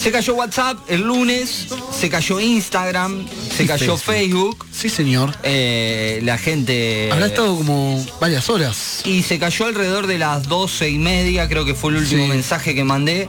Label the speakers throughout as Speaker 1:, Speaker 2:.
Speaker 1: Se cayó WhatsApp el lunes, se cayó Instagram, se cayó Facebook,
Speaker 2: Sí, señor.
Speaker 1: eh, la gente...
Speaker 2: Habrá estado como varias horas.
Speaker 1: Y se cayó alrededor de las 12 y media, creo que fue el último
Speaker 2: Sí.
Speaker 1: mensaje que mandé.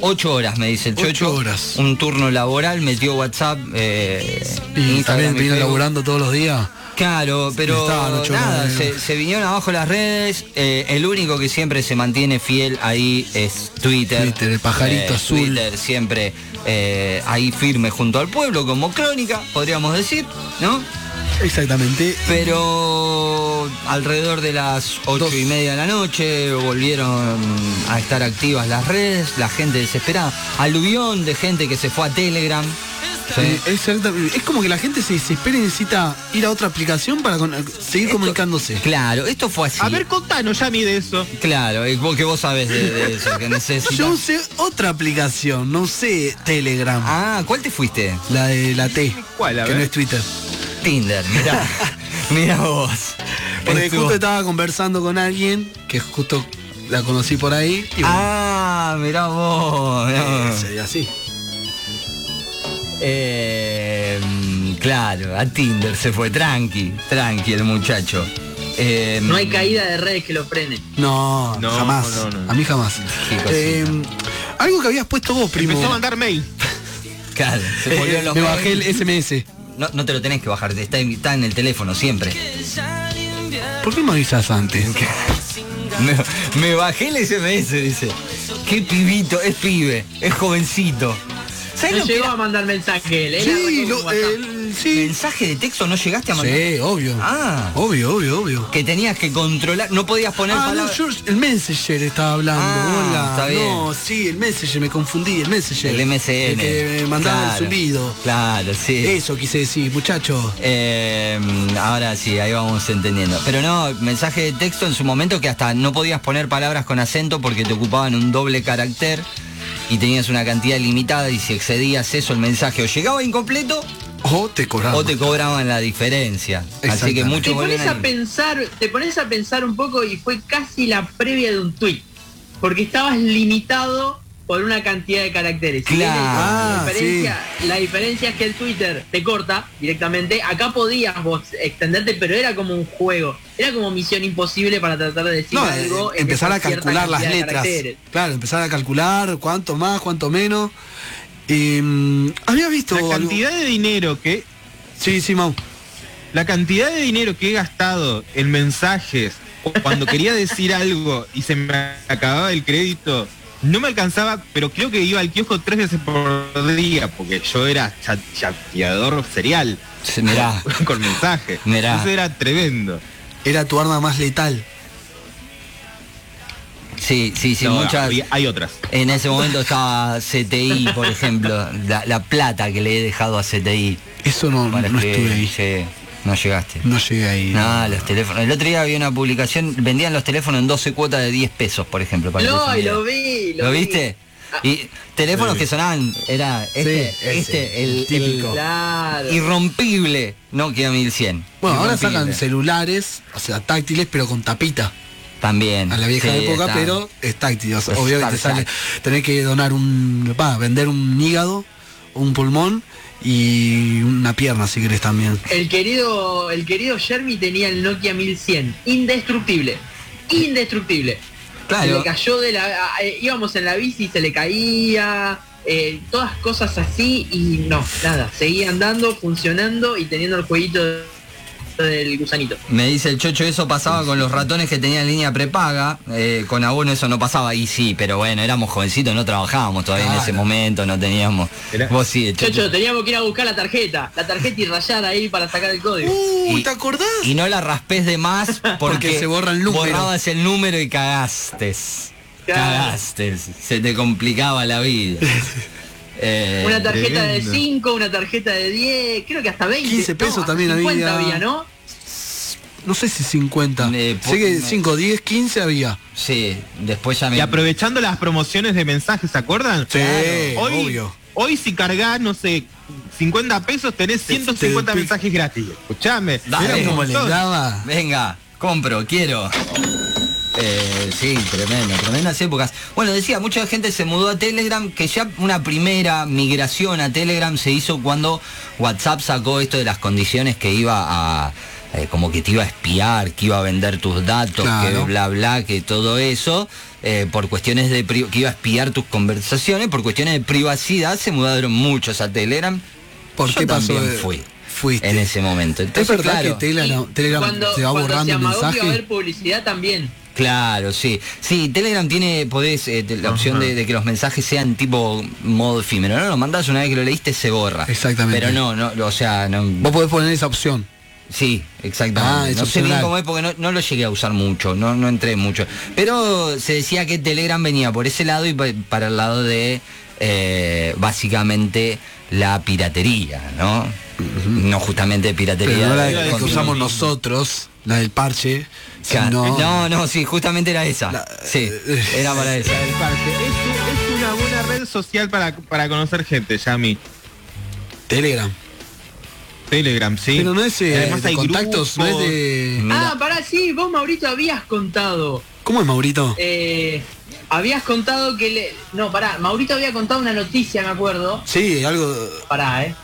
Speaker 1: Ocho horas, me dice el
Speaker 2: Ocho
Speaker 1: Chocho.
Speaker 2: horas.
Speaker 1: Un turno laboral, metió WhatsApp. eh,
Speaker 2: Y
Speaker 1: Instagram
Speaker 2: también vino
Speaker 1: Facebook.
Speaker 2: laburando todos los días.
Speaker 1: Claro, pero
Speaker 2: Estaban ocho
Speaker 1: nada,
Speaker 2: horas,
Speaker 1: se,
Speaker 2: digamos.
Speaker 1: se vinieron abajo las redes. eh, el único que siempre se mantiene fiel ahí es Twitter. Eh,
Speaker 2: Twitter, el pajarito azul.
Speaker 1: Twitter siempre eh, ahí firme junto al pueblo, como crónica, podríamos decir, ¿no?
Speaker 2: Exactamente.
Speaker 1: Pero alrededor de las ocho
Speaker 2: Dos.
Speaker 1: y media de la noche volvieron a estar activas las redes, la gente desesperada. Aluvión de gente que se fue a Telegram. ¿sí?
Speaker 2: Eh, exactamente. Es como que la gente se desespera y necesita ir a otra aplicación para con- eh, seguir comunicándose.
Speaker 1: Claro, esto fue así.
Speaker 3: A ver, contanos, Yami, de eso.
Speaker 1: Claro, eh, vos que vos sabés de, de eso, que
Speaker 2: Yo
Speaker 1: necesitas.
Speaker 2: usé otra aplicación, no usé Telegram.
Speaker 1: Ah, ¿cuál te fuiste?
Speaker 2: La de la T.
Speaker 3: ¿Cuál? A
Speaker 2: que
Speaker 3: ver.
Speaker 2: no es Twitter.
Speaker 1: Tinder, mirá. mirá vos.
Speaker 2: Porque
Speaker 1: Estuvo-
Speaker 2: justo estaba conversando con alguien que justo la conocí por ahí. Y bueno,
Speaker 1: Ah, mirá vos. mirá
Speaker 2: eh,
Speaker 1: vos.
Speaker 2: sería así.
Speaker 1: Eh, mm, claro, a Tinder se fue tranqui, tranqui el muchacho. Eh,
Speaker 4: No hay caída de redes que lo frene.
Speaker 2: No,
Speaker 3: No,
Speaker 2: jamás.
Speaker 3: no, no.
Speaker 2: A mí jamás.
Speaker 1: cosita.
Speaker 2: Eh, algo que habías puesto vos, primo.
Speaker 3: Empezó a mandar mail.
Speaker 1: Claro, se
Speaker 2: Eh,
Speaker 1: volvió
Speaker 2: eh,
Speaker 1: los
Speaker 2: me
Speaker 1: memes.
Speaker 2: bajé el SMS.
Speaker 1: No, no te lo tenés que bajar, está en, está en el teléfono siempre.
Speaker 2: ¿Por qué me avisas antes?
Speaker 1: Me, me bajé el SMS, dice. Qué pibito, es pibe, es jovencito. ¿Sabés
Speaker 4: No
Speaker 1: lo que
Speaker 4: llegó
Speaker 1: era?
Speaker 4: a mandar mensaje él. él
Speaker 2: Sí,
Speaker 4: arrancó
Speaker 2: lo-
Speaker 4: con WhatsApp.
Speaker 2: el- sí.
Speaker 1: ¿Mensaje de texto no llegaste a mandar?
Speaker 2: Sí, obvio.
Speaker 1: Ah.
Speaker 2: Obvio, obvio, obvio.
Speaker 1: Que tenías que controlar, no podías poner
Speaker 2: Ah, no,
Speaker 1: palabras.
Speaker 2: yo el Messenger estaba hablando.
Speaker 1: Ah,
Speaker 2: Hola.
Speaker 1: está bien.
Speaker 2: No, sí, el Messenger, me confundí, el Messenger.
Speaker 1: El MSN.
Speaker 2: El que me mandaba el
Speaker 1: Claro,
Speaker 2: zumbido.
Speaker 1: Claro, sí.
Speaker 2: Eso quise decir, muchachos.
Speaker 1: Eh, ahora sí, ahí vamos entendiendo. Pero no, mensaje de texto en su momento que hasta no podías poner palabras con acento porque te ocupaban un doble carácter y tenías una cantidad limitada y si excedías eso el mensaje o llegaba incompleto
Speaker 2: O te cobraba.
Speaker 1: o te cobraban la diferencia. Así que
Speaker 2: Exactamente.
Speaker 4: Te
Speaker 1: mucho
Speaker 4: pones a
Speaker 1: volumen.
Speaker 4: pensar, te pones a pensar un poco y fue casi la previa de un tweet, porque estabas limitado por una cantidad de caracteres. Si bien
Speaker 1: Claro.
Speaker 2: Ah,
Speaker 4: la, diferencia, la diferencia es que el Twitter te corta directamente. Acá podías vos extenderte, pero era como un juego, era como misión imposible para tratar de decir
Speaker 2: No,
Speaker 4: algo.
Speaker 2: eh,
Speaker 4: en
Speaker 2: empezar
Speaker 4: esa
Speaker 2: a
Speaker 4: cierta
Speaker 2: calcular las
Speaker 4: cantidad de
Speaker 2: letras.
Speaker 4: caracteres.
Speaker 2: Claro, empezar a calcular cuánto más, cuánto menos. Eh, había visto
Speaker 3: La
Speaker 2: algo?
Speaker 3: cantidad de dinero que
Speaker 2: Sí, sí, Mau.
Speaker 3: La cantidad de dinero que he gastado en mensajes cuando quería decir algo y se me acababa el crédito, no me alcanzaba, pero creo que iba al kiosco tres veces por día, porque yo era cha- chateador serial
Speaker 1: Sí, Mirá,
Speaker 3: con mensajes.
Speaker 1: Mirá.
Speaker 3: Eso era tremendo.
Speaker 2: Era tu arma más letal.
Speaker 1: sí, sí, sí,
Speaker 3: No,
Speaker 1: muchas.
Speaker 3: había- hay otras.
Speaker 1: En ese momento estaba CTI, por ejemplo, la, la plata que le he dejado a CTI
Speaker 2: Eso no,
Speaker 1: para
Speaker 2: no
Speaker 1: que
Speaker 2: estuve ahí.
Speaker 1: sí, no llegaste.
Speaker 2: No llegué ahí.
Speaker 1: No, los teléfonos. El otro día había una publicación, vendían los teléfonos en 12 cuotas de 10 pesos, por ejemplo. para que
Speaker 4: No,
Speaker 1: tengas
Speaker 4: y
Speaker 1: una
Speaker 4: lo
Speaker 1: idea.
Speaker 4: vi, lo,
Speaker 1: ¿Lo
Speaker 4: vi.
Speaker 1: viste? Y teléfonos que sonaban, era este,
Speaker 2: ese,
Speaker 1: este, el,
Speaker 2: típico.
Speaker 4: Claro.
Speaker 1: el irrompible Nokia 1100.
Speaker 2: Bueno, ahora sacan
Speaker 1: Irrompible.
Speaker 2: celulares, o sea, táctiles, pero con tapita.
Speaker 1: También.
Speaker 2: A la vieja
Speaker 1: sí,
Speaker 2: época,
Speaker 1: está.
Speaker 2: pero es táctil. o sea,
Speaker 1: Es
Speaker 2: obviamente
Speaker 1: táctil.
Speaker 2: sale, tenés que donar un, va, vender un hígado, un pulmón y una pierna si querés también.
Speaker 4: El querido, el querido Jeremy tenía el Nokia 1100, indestructible, indestructible.
Speaker 1: Claro.
Speaker 4: Se le cayó de la, a- eh, íbamos en la bici, y se le caía, eh, todas cosas así y no, nada, seguía andando, funcionando y teniendo el jueguito del gusanito.
Speaker 1: Me dice el chocho, eso pasaba con los ratones que tenían línea prepaga, eh, con abono eso no pasaba, y sí, pero bueno, éramos jovencitos, no trabajábamos todavía en
Speaker 2: Claro.
Speaker 1: ese momento, no teníamos.
Speaker 3: Era-
Speaker 1: Vos sí, el chocho.
Speaker 4: Chocho, teníamos que ir a buscar la tarjeta, la tarjeta y rayar ahí para sacar el código.
Speaker 2: Uy,
Speaker 1: Y-
Speaker 2: Uh, ¿te acordás?
Speaker 1: Y no la raspés de más porque,
Speaker 2: Porque se borra el número.
Speaker 1: Borrabas el número y cagaste.
Speaker 4: Claro.
Speaker 1: Cagaste. Se te complicaba la vida. Eh,
Speaker 4: Una tarjeta de
Speaker 3: tremendo.
Speaker 4: 5, una tarjeta de 10, creo que hasta 20.
Speaker 2: 15 pesos
Speaker 4: hasta
Speaker 2: también había.
Speaker 4: 50 había, ¿no?
Speaker 2: No sé si 50.
Speaker 1: Eh, po-
Speaker 2: sé que
Speaker 1: no.
Speaker 2: 5, 10, 15 había.
Speaker 1: Sí, después ya me.
Speaker 3: Y aprovechando las promociones de mensajes, ¿se acuerdan?
Speaker 2: Sí,
Speaker 3: hoy,
Speaker 2: obvio.
Speaker 3: hoy si cargas, no sé, 50 pesos, tenés 150
Speaker 2: te-
Speaker 3: mensajes gratis. Escuchame.
Speaker 1: Dale.
Speaker 3: era un
Speaker 2: ¿Cómo le
Speaker 3: montón.
Speaker 2: daba?
Speaker 1: Venga, compro, quiero. Eh, sí, tremendo, tremendas épocas. Bueno, decía, mucha gente se mudó a Telegram, que ya una primera migración a Telegram se hizo cuando WhatsApp sacó esto de las condiciones que iba a... eh, como que te iba a espiar, que iba a vender tus datos, que
Speaker 2: Claro.
Speaker 1: bla bla, que todo eso, eh, por cuestiones de pri- que iba a espiar tus conversaciones, por cuestiones de privacidad, se mudaron muchos a Telegram.
Speaker 2: ¿Por
Speaker 1: Yo
Speaker 2: qué pasó?
Speaker 1: también
Speaker 2: de-
Speaker 1: fui
Speaker 2: Fuiste.
Speaker 1: en ese momento.
Speaker 2: ¿Es
Speaker 1: Entonces,
Speaker 2: verdad
Speaker 1: claro,
Speaker 2: que Telegram,
Speaker 4: Y
Speaker 2: Telegram
Speaker 4: cuando,
Speaker 2: se va
Speaker 4: cuando
Speaker 2: borrando
Speaker 4: se
Speaker 2: el
Speaker 4: amagó que
Speaker 2: mensaje?
Speaker 4: iba a haber publicidad también.
Speaker 1: Claro, sí. Sí, Telegram tiene, podés, eh, te- la opción de, de que los mensajes sean tipo modo efímero. No, lo mandás una vez que lo leíste, se borra.
Speaker 2: Exactamente.
Speaker 1: Pero no, no, o sea, no.
Speaker 2: Vos podés poner esa opción.
Speaker 1: Sí, exactamente.
Speaker 2: Ah, es
Speaker 1: no sé bien
Speaker 2: opcional.
Speaker 1: cómo es porque no, no lo llegué a usar mucho, no, no entré mucho. Pero se decía que Telegram venía por ese lado y pa- para el lado de eh, básicamente la piratería, ¿no? No justamente piratería.
Speaker 2: Pero no la
Speaker 1: de
Speaker 2: de- la que
Speaker 1: contenido.
Speaker 2: usamos nosotros, la del parche,
Speaker 1: Claro.
Speaker 2: sino
Speaker 1: No, no, sí, justamente era esa.
Speaker 2: La- eh,
Speaker 1: sí, era para esa.
Speaker 3: El parche. Es, un- es una buena red social para, para conocer gente, Yami.
Speaker 2: Telegram.
Speaker 3: Telegram, sí.
Speaker 2: Pero no es eh,
Speaker 3: Y además
Speaker 2: de
Speaker 3: hay
Speaker 2: contactos, no es
Speaker 3: grupos.
Speaker 2: de...
Speaker 1: Mira.
Speaker 4: Ah, pará, sí, vos Maurito habías contado.
Speaker 2: ¿Cómo es, Maurito?
Speaker 4: eh, habías contado que le. No, pará, Maurito había contado una noticia, me acuerdo.
Speaker 2: Sí, algo...
Speaker 4: Pará, eh.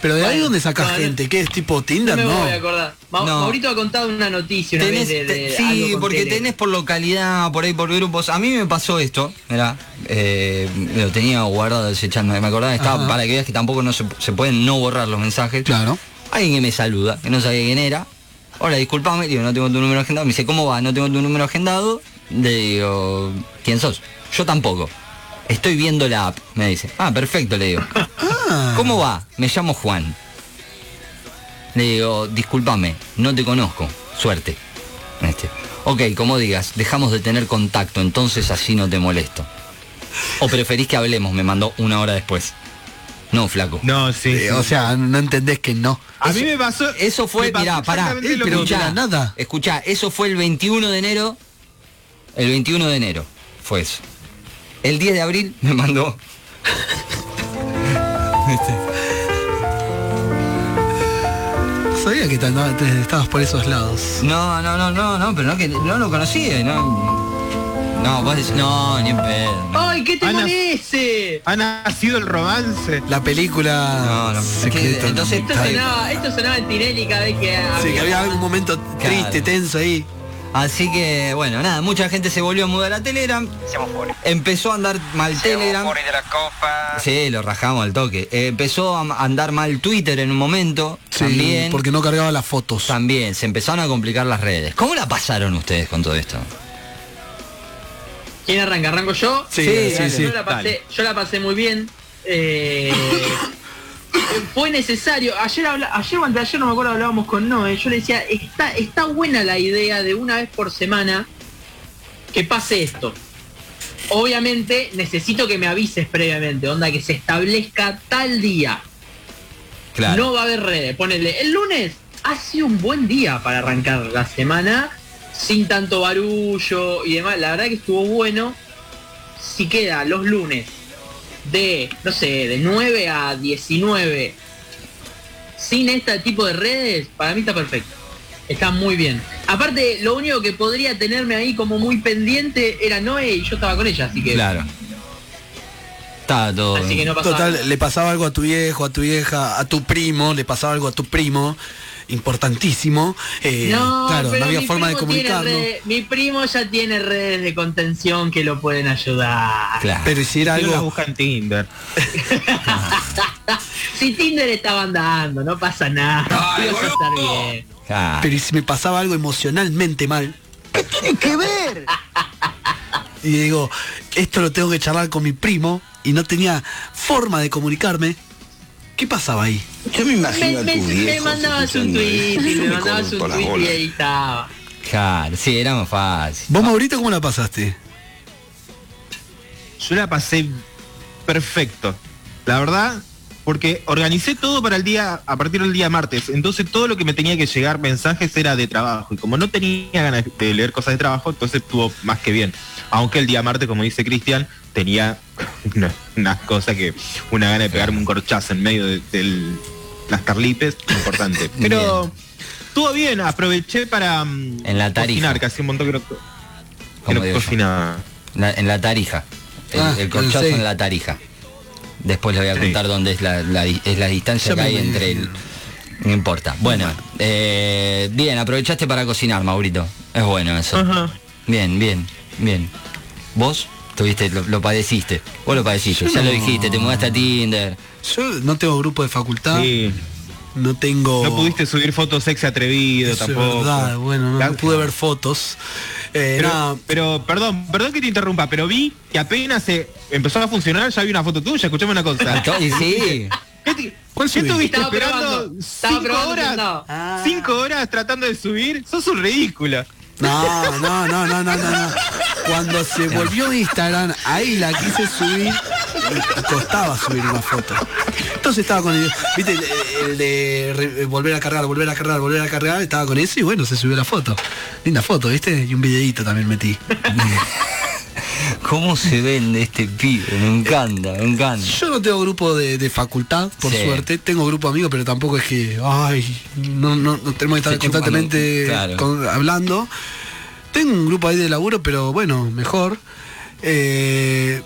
Speaker 2: Pero de ahí
Speaker 4: Bueno,
Speaker 2: donde sacas
Speaker 4: no, no.
Speaker 2: gente, que es tipo Tinder,
Speaker 4: no me
Speaker 2: no.
Speaker 4: voy a acordar. Ma-
Speaker 1: No.
Speaker 4: Maurito ha contado una noticia una
Speaker 1: Tenés-
Speaker 4: vez de, de
Speaker 1: te-
Speaker 4: algo
Speaker 1: sí,
Speaker 4: con
Speaker 1: porque
Speaker 4: Telegram.
Speaker 1: tenés por localidad, por ahí por grupos. A mí me pasó esto, mirá, eh, lo tenía guardado desechando, me acordaba, estaba
Speaker 2: Ajá.
Speaker 1: para que veas que tampoco no se, se pueden no borrar los mensajes.
Speaker 2: Claro.
Speaker 1: Alguien que me saluda, que no sabía quién era. Hola, disculpame, le digo, no tengo tu número agendado. Me dice, ¿cómo va? No tengo tu número agendado. Le digo, ¿quién sos? Yo tampoco. Estoy viendo la app, me dice. Ah, perfecto, le digo.
Speaker 2: Ah,
Speaker 1: ¿Cómo va? Me llamo Juan. Le digo, discúlpame, no te conozco. Suerte. Este. Ok, como digas, dejamos de tener contacto, entonces así no te molesto. O preferís que hablemos, me mandó una hora después. No, flaco.
Speaker 3: No, sí.
Speaker 2: eh, o sea, no entendés que no.
Speaker 3: a mí me pasó.
Speaker 1: Eso fue,
Speaker 3: me pasó
Speaker 1: mirá, pará,
Speaker 3: exactamente lo
Speaker 2: eh, pero
Speaker 3: que-
Speaker 2: de la nada.
Speaker 1: Escuchá, eso fue el 21 de enero. El 21 de enero fue eso. El 10 de abril me mandó.
Speaker 2: Sabía que te andaba- te- estabas por esos lados.
Speaker 1: No, no, no, no, no, pero no que no lo conocía, y no. No, vos decís, no, ni en pedo. no.
Speaker 4: ¡Ay, qué
Speaker 3: Ana-
Speaker 4: temón ese!
Speaker 3: Ha nacido el romance.
Speaker 2: La película...
Speaker 1: No, no,
Speaker 2: Secreto
Speaker 1: que- entonces-
Speaker 2: en
Speaker 4: Esto
Speaker 2: Tinder.
Speaker 4: sonaba, esto sonaba en Tinelli cada vez que
Speaker 2: Sí, que había
Speaker 4: había-
Speaker 2: algún momento triste, tenso ahí.
Speaker 1: Así que, bueno, nada, mucha gente se volvió a mudar a Telegram.
Speaker 5: Siamo fuori.
Speaker 1: Empezó a andar mal
Speaker 5: Siamo
Speaker 1: Telegram.
Speaker 5: fuori dalla coppa.
Speaker 1: Sí, lo rajamos al toque. Eh, empezó a andar mal Twitter en un momento.
Speaker 2: Sí,
Speaker 1: también.
Speaker 2: porque no cargaba las fotos.
Speaker 1: También, se empezaron a complicar las redes. ¿Cómo la pasaron ustedes con todo esto?
Speaker 4: ¿Quién arranca? ¿Arranco yo?
Speaker 2: Sí, Sí, sí,
Speaker 4: Dale,
Speaker 2: sí.
Speaker 4: Yo la pasé,
Speaker 3: Dale.
Speaker 4: yo la pasé muy bien. Eh, fue necesario. Ayer, habla, ayer o anteayer, no me acuerdo, hablábamos con Noé. Yo le decía, está, está buena la idea de una vez por semana que pase esto. Obviamente necesito que me avises previamente, onda, que se establezca tal día.
Speaker 1: Claro.
Speaker 4: No va a haber redes. Ponele, el lunes ha sido un buen día para arrancar la semana sin tanto barullo y demás. La verdad que estuvo bueno. Si queda los lunes de, no sé, de 9 a 19 sin este tipo de redes, para mí está perfecto. Está muy bien. Aparte, lo único que podría tenerme ahí como muy pendiente era Noé y yo estaba con ella, así que,
Speaker 1: Claro. Estaba todo.
Speaker 4: así que no pasaba.
Speaker 2: Total, le pasaba algo a tu viejo, a tu vieja, a tu primo, le pasaba algo a tu primo, importantísimo. eh, claro,
Speaker 4: pero
Speaker 2: no había
Speaker 4: mi
Speaker 2: forma de
Speaker 4: primo tiene
Speaker 2: comunicarlo.
Speaker 4: redes- mi primo ya tiene redes de contención que lo pueden ayudar.
Speaker 1: Claro.
Speaker 2: Pero si era
Speaker 3: Yo la
Speaker 2: algo,
Speaker 3: busca en Tinder.
Speaker 4: Si Tinder estaba andando, no pasa nada. Ibas a estar bien.
Speaker 1: Ah,
Speaker 2: pero si me pasaba algo emocionalmente mal. ¿Qué tiene que ver? Y digo, esto lo tengo que charlar con mi primo y no tenía forma de comunicarme. ¿Qué pasaba ahí?
Speaker 6: Yo me imagino
Speaker 4: Me,
Speaker 6: a tu
Speaker 4: me- me
Speaker 6: viejo
Speaker 4: mandabas un
Speaker 6: escuchando
Speaker 4: tweet,
Speaker 2: eh.
Speaker 6: esto. Yo
Speaker 4: me
Speaker 6: me
Speaker 4: mandabas
Speaker 6: corto
Speaker 4: un
Speaker 6: las
Speaker 4: tweet y
Speaker 6: bolas.
Speaker 4: ahí estaba.
Speaker 1: claro. Sí, era más fácil.
Speaker 2: ¿Vos, Maurito, cómo la pasaste?
Speaker 3: Yo la pasé perfecto. La verdad, porque organicé todo para el día, a partir del día martes. Entonces todo lo que me tenía que llegar mensajes era de trabajo. Y como no tenía ganas de leer cosas de trabajo, entonces estuvo más que bien. Aunque el día martes, como dice Cristian, tenía una, una cosa que, una gana de pegarme un corchazo en medio de, del- las carlipes, importante. Pero Todo bien, aproveché para mm,
Speaker 1: En la tarifa.
Speaker 3: cocinar, que hacía un montón que no, que
Speaker 1: como
Speaker 3: no
Speaker 1: digo yo.
Speaker 3: cocinaba.
Speaker 1: La- en la tarija. El,
Speaker 2: Ah,
Speaker 1: el corchazo
Speaker 2: sí.
Speaker 1: en la tarija. Después les voy a
Speaker 3: Sí.
Speaker 1: contar dónde es la, la di- es la distancia
Speaker 2: Ya
Speaker 1: que
Speaker 2: me
Speaker 1: hay
Speaker 2: imagino.
Speaker 1: entre el. No importa. Bueno, eh, bien, aprovechaste para cocinar, Maurito. Es bueno eso.
Speaker 3: Ajá.
Speaker 1: Bien, bien, bien. ¿Vos? Tuviste, lo, lo padeciste. Vos lo padeciste,
Speaker 2: Yo
Speaker 1: ya lo
Speaker 2: no.
Speaker 1: dijiste, te mudaste a Tinder.
Speaker 2: Yo no tengo grupo de facultad,
Speaker 3: Sí.
Speaker 2: no tengo...
Speaker 3: No pudiste subir fotos sexy atrevido
Speaker 2: Eso es
Speaker 3: tampoco.
Speaker 2: verdad, bueno, no,
Speaker 3: La-
Speaker 2: no pude ver fotos. Eh, nada,
Speaker 3: Pero, pero, perdón, perdón que te interrumpa, pero vi que apenas se empezó a funcionar, ya vi una foto tuya, escuchame una cosa.
Speaker 1: Y sí,
Speaker 3: ¿Qué, te-
Speaker 2: ¿Cuál
Speaker 3: qué
Speaker 2: subí?
Speaker 3: estuviste
Speaker 4: Estaba
Speaker 3: esperando
Speaker 4: probando, estaba
Speaker 3: cinco
Speaker 4: probando
Speaker 3: horas?
Speaker 4: sentado.
Speaker 2: Ah.
Speaker 3: Cinco horas tratando de subir, sos un ridículo.
Speaker 2: No, no, no, no, no, no, no. Cuando se volvió Instagram, ahí la quise subir. y Costaba subir una foto. Entonces estaba con el, viste, el, el de re- eh, volver a cargar, volver a cargar, volver a cargar, estaba con eso y bueno, se subió la foto. Linda foto, ¿viste? Y un videíto también metí.
Speaker 1: ¿cómo se vende este pibe? Me encanta, me encanta.
Speaker 2: Yo no tengo grupo de, de facultad, por
Speaker 1: Sí.
Speaker 2: suerte. Tengo grupo de amigos, pero tampoco es que, ay, no, no, no tenemos que estar
Speaker 1: Se chupan,
Speaker 2: constantemente
Speaker 1: claro.
Speaker 2: con- hablando. Tengo un grupo ahí de laburo, pero bueno, mejor. Eh,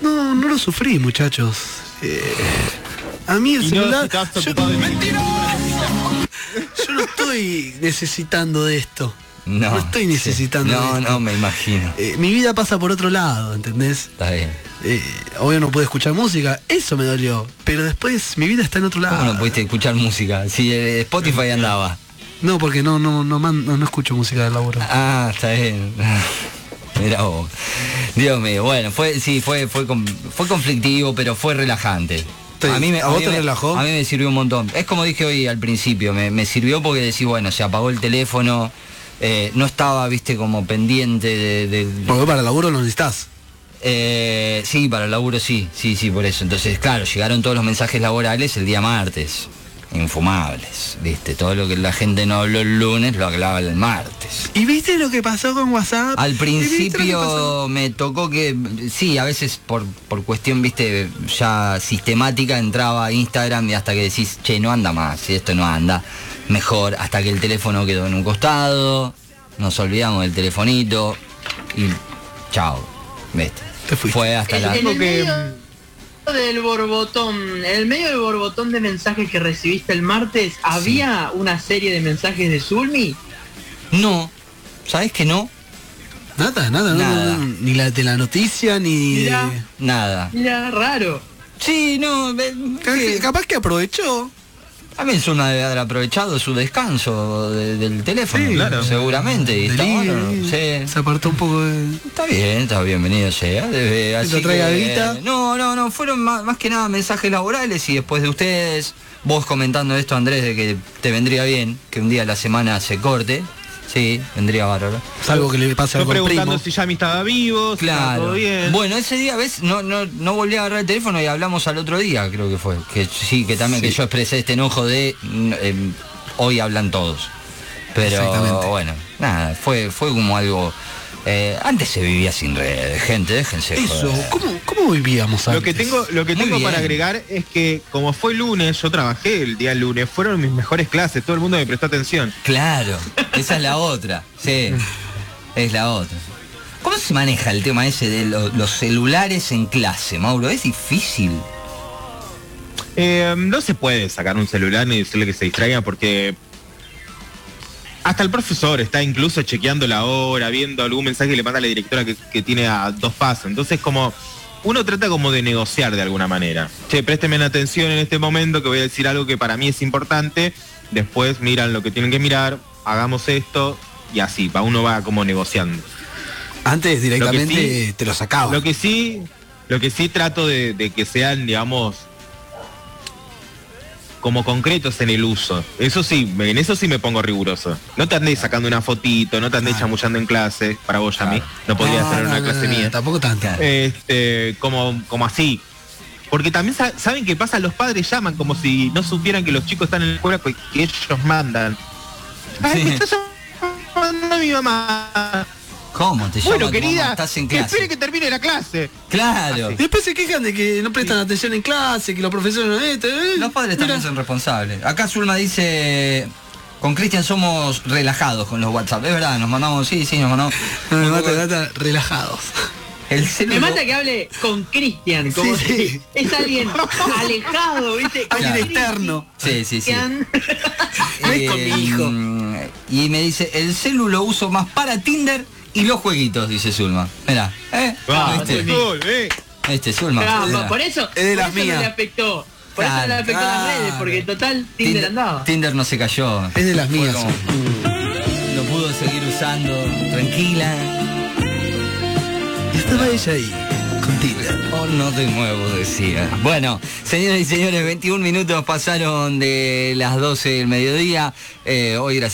Speaker 2: no, no lo sufrí, muchachos. Eh, a mí el
Speaker 3: Y no, si
Speaker 2: celular...
Speaker 3: estabas
Speaker 2: yo,
Speaker 3: ocupado de
Speaker 2: yo no estoy necesitando de esto.
Speaker 1: No,
Speaker 2: estoy
Speaker 1: sí.
Speaker 2: necesitando de
Speaker 1: No,
Speaker 2: esto.
Speaker 1: no, me imagino.
Speaker 2: Eh, mi vida pasa por otro lado, ¿entendés?
Speaker 1: Está bien.
Speaker 2: Eh, obvio no pude escuchar música, eso me dolió. Pero después mi vida está en otro lado.
Speaker 1: ¿Cómo no pudiste escuchar música? Si eh, Spotify andaba.
Speaker 2: No, porque no, no, no, man- no, no escucho música del laburo.
Speaker 1: Ah, está bien. Mira vos. Dios mío, bueno, fue, sí, fue, fue, con- fue conflictivo, pero fue relajante.
Speaker 2: Sí, ¿a vos te
Speaker 1: me-
Speaker 2: relajó?
Speaker 1: A mí me sirvió un montón. Es como dije hoy al principio, me, me sirvió porque decís, bueno, se apagó el teléfono, eh, no estaba, viste, como pendiente de, de-
Speaker 2: Porque para el laburo lo necesitas.
Speaker 1: Eh, sí, para el laburo sí, sí, sí, por eso. Entonces, claro, llegaron todos los mensajes laborales el día martes. Infumables, viste. Todo lo que la gente no habló el lunes lo hablaba el martes.
Speaker 2: ¿Y viste lo que pasó con WhatsApp?
Speaker 1: Al
Speaker 2: ¿Y viste lo que pasó?
Speaker 1: principio me tocó que, sí, a veces por, por cuestión, viste, ya sistemática entraba a Instagram y hasta que decís, che, no anda más, si esto no anda, mejor, hasta que el teléfono quedó en un costado, nos olvidamos del telefonito y chao, viste.
Speaker 2: Te fuiste.
Speaker 1: Fue hasta
Speaker 4: En,
Speaker 1: la...
Speaker 4: en el
Speaker 3: que-
Speaker 4: medio del borbotón, en el medio del borbotón de mensajes que recibiste el martes, ¿había una serie de mensajes de Zulmi?
Speaker 1: No, ¿sabes que no?
Speaker 2: Nada, nada, no,
Speaker 1: Nada.
Speaker 2: no, no, ni la de la noticia, ni...
Speaker 4: Mirá.
Speaker 2: de-
Speaker 1: Nada.
Speaker 4: Mira, raro.
Speaker 1: Sí, no, ve-
Speaker 2: Capaz que-
Speaker 1: que-
Speaker 2: Capaz que aprovechó.
Speaker 1: también es una de haber aprovechado su descanso de- del teléfono,
Speaker 3: Sí, claro.
Speaker 1: seguramente. y está
Speaker 2: Delirio,
Speaker 1: bueno, sí.
Speaker 2: Se apartó un poco de...
Speaker 1: Está bien, está bienvenido sea. debe- así
Speaker 2: traiga
Speaker 1: que-
Speaker 2: guita.
Speaker 1: No, no, no, fueron más, más que nada mensajes laborales y después de ustedes, vos comentando esto Andrés, de que te vendría bien que un día a la semana se corte. Sí, vendría bárbaro.
Speaker 2: Salvo que le pase
Speaker 3: Yo
Speaker 2: algo al
Speaker 3: preguntando
Speaker 2: primo.
Speaker 3: si Yami estaba vivo, si estaba
Speaker 1: Claro.
Speaker 3: todo bien.
Speaker 1: Bueno, ese día, ¿ves? No, no, no volví a agarrar el teléfono y hablamos al otro día, creo que fue. Que sí, que también que yo expresé este enojo de mm, em, hoy hablan todos. Pero
Speaker 2: Exactamente.
Speaker 1: bueno, nada, fue, fue como algo. eh, antes se vivía sin red, gente, déjense.
Speaker 2: Eso,
Speaker 1: joder.
Speaker 2: ¿cómo, cómo vivíamos antes?
Speaker 3: Lo que tengo, lo que
Speaker 1: Muy
Speaker 3: tengo para
Speaker 1: bien.
Speaker 3: agregar es que como fue lunes, yo trabajé el día lunes, fueron mis mejores clases, todo el mundo me prestó atención.
Speaker 1: Claro, esa es la otra. Sí, es la otra. ¿Cómo se maneja el tema ese de lo- los celulares en clase, Mauro? Es difícil.
Speaker 3: Eh, no se puede sacar un celular ni decirle que se distraiga porque hasta el profesor está incluso chequeando la hora, viendo algún mensaje que le manda la directora que, que tiene a dos pasos. Entonces como uno trata como de negociar de alguna manera. Che, présteme la atención en este momento que voy a decir algo que para mí es importante. Después miran lo que tienen que mirar, hagamos esto y así, va, uno va como negociando.
Speaker 2: Antes directamente
Speaker 3: Lo que
Speaker 2: te lo sacaba.
Speaker 3: Lo que sí, lo que sí trato de, de que sean, digamos, como concretos en el uso. Eso sí, me- en eso sí me pongo riguroso. No te andéis sacando una fotito, no te andéis
Speaker 2: Claro.
Speaker 3: chamullando en clase, para vos, Yami. No podías
Speaker 2: No,
Speaker 3: hacer una
Speaker 2: no,
Speaker 3: clase
Speaker 2: no, no,
Speaker 3: mía.
Speaker 2: Tampoco tanto.
Speaker 1: Claro.
Speaker 3: Este, como, como así. Porque también sa- saben qué pasa, los padres llaman como si no supieran que los chicos están en la escuela que, que ellos mandan. Ay,
Speaker 1: Sí.
Speaker 3: me está llamando mi mamá.
Speaker 1: ¿Cómo te llama
Speaker 3: Bueno,
Speaker 1: tu mamá?
Speaker 3: querida,
Speaker 1: estás en
Speaker 3: que
Speaker 1: clase.
Speaker 3: espere que termine la clase.
Speaker 1: Claro.
Speaker 2: Y Después se quejan de que no prestan atención en clase, que los profesores no... eh, te- eh,
Speaker 1: Los padres
Speaker 2: mira.
Speaker 1: también son responsables. Acá Zulma dice, Con Cristian somos relajados con los WhatsApp, es verdad, nos mandamos, sí, sí, nos mandamos.
Speaker 2: No, me mata, me mata, relajados.
Speaker 1: El celu-
Speaker 4: Me mata que hable con Cristian, como
Speaker 2: Sí,
Speaker 4: si
Speaker 2: sí.
Speaker 4: es alguien alejado, ¿viste? Con
Speaker 2: Alguien
Speaker 1: Claro.
Speaker 2: externo.
Speaker 1: Sí, sí, sí.
Speaker 4: Cristian.
Speaker 2: Ves con mi hijo.
Speaker 1: mm, Y me dice, el celu lo uso más para Tinder y los jueguitos, dice Zulma. Mirá, ¿eh?
Speaker 3: Va,
Speaker 1: ¿Viste?
Speaker 3: gol, eh.
Speaker 1: Este, Zulma.
Speaker 4: Ah,
Speaker 1: mirá.
Speaker 4: por eso,
Speaker 2: Es de las
Speaker 4: por eso no
Speaker 2: mías.
Speaker 4: le afectó. Por eso no le
Speaker 1: Claro,
Speaker 4: afectó a las
Speaker 2: claro.
Speaker 4: redes, porque en total Tinder,
Speaker 1: Tinder,
Speaker 4: andaba.
Speaker 1: Tinder no se cayó.
Speaker 2: Es de las
Speaker 1: Fue
Speaker 2: mías.
Speaker 1: como- Lo pudo seguir usando, tranquila.
Speaker 2: Y estaba ella ahí, contigo.
Speaker 1: Oh, no de nuevo, decía. Bueno, señoras y señores, 21 minutos pasaron de las 12 del mediodía. Eh, hoy, gracias.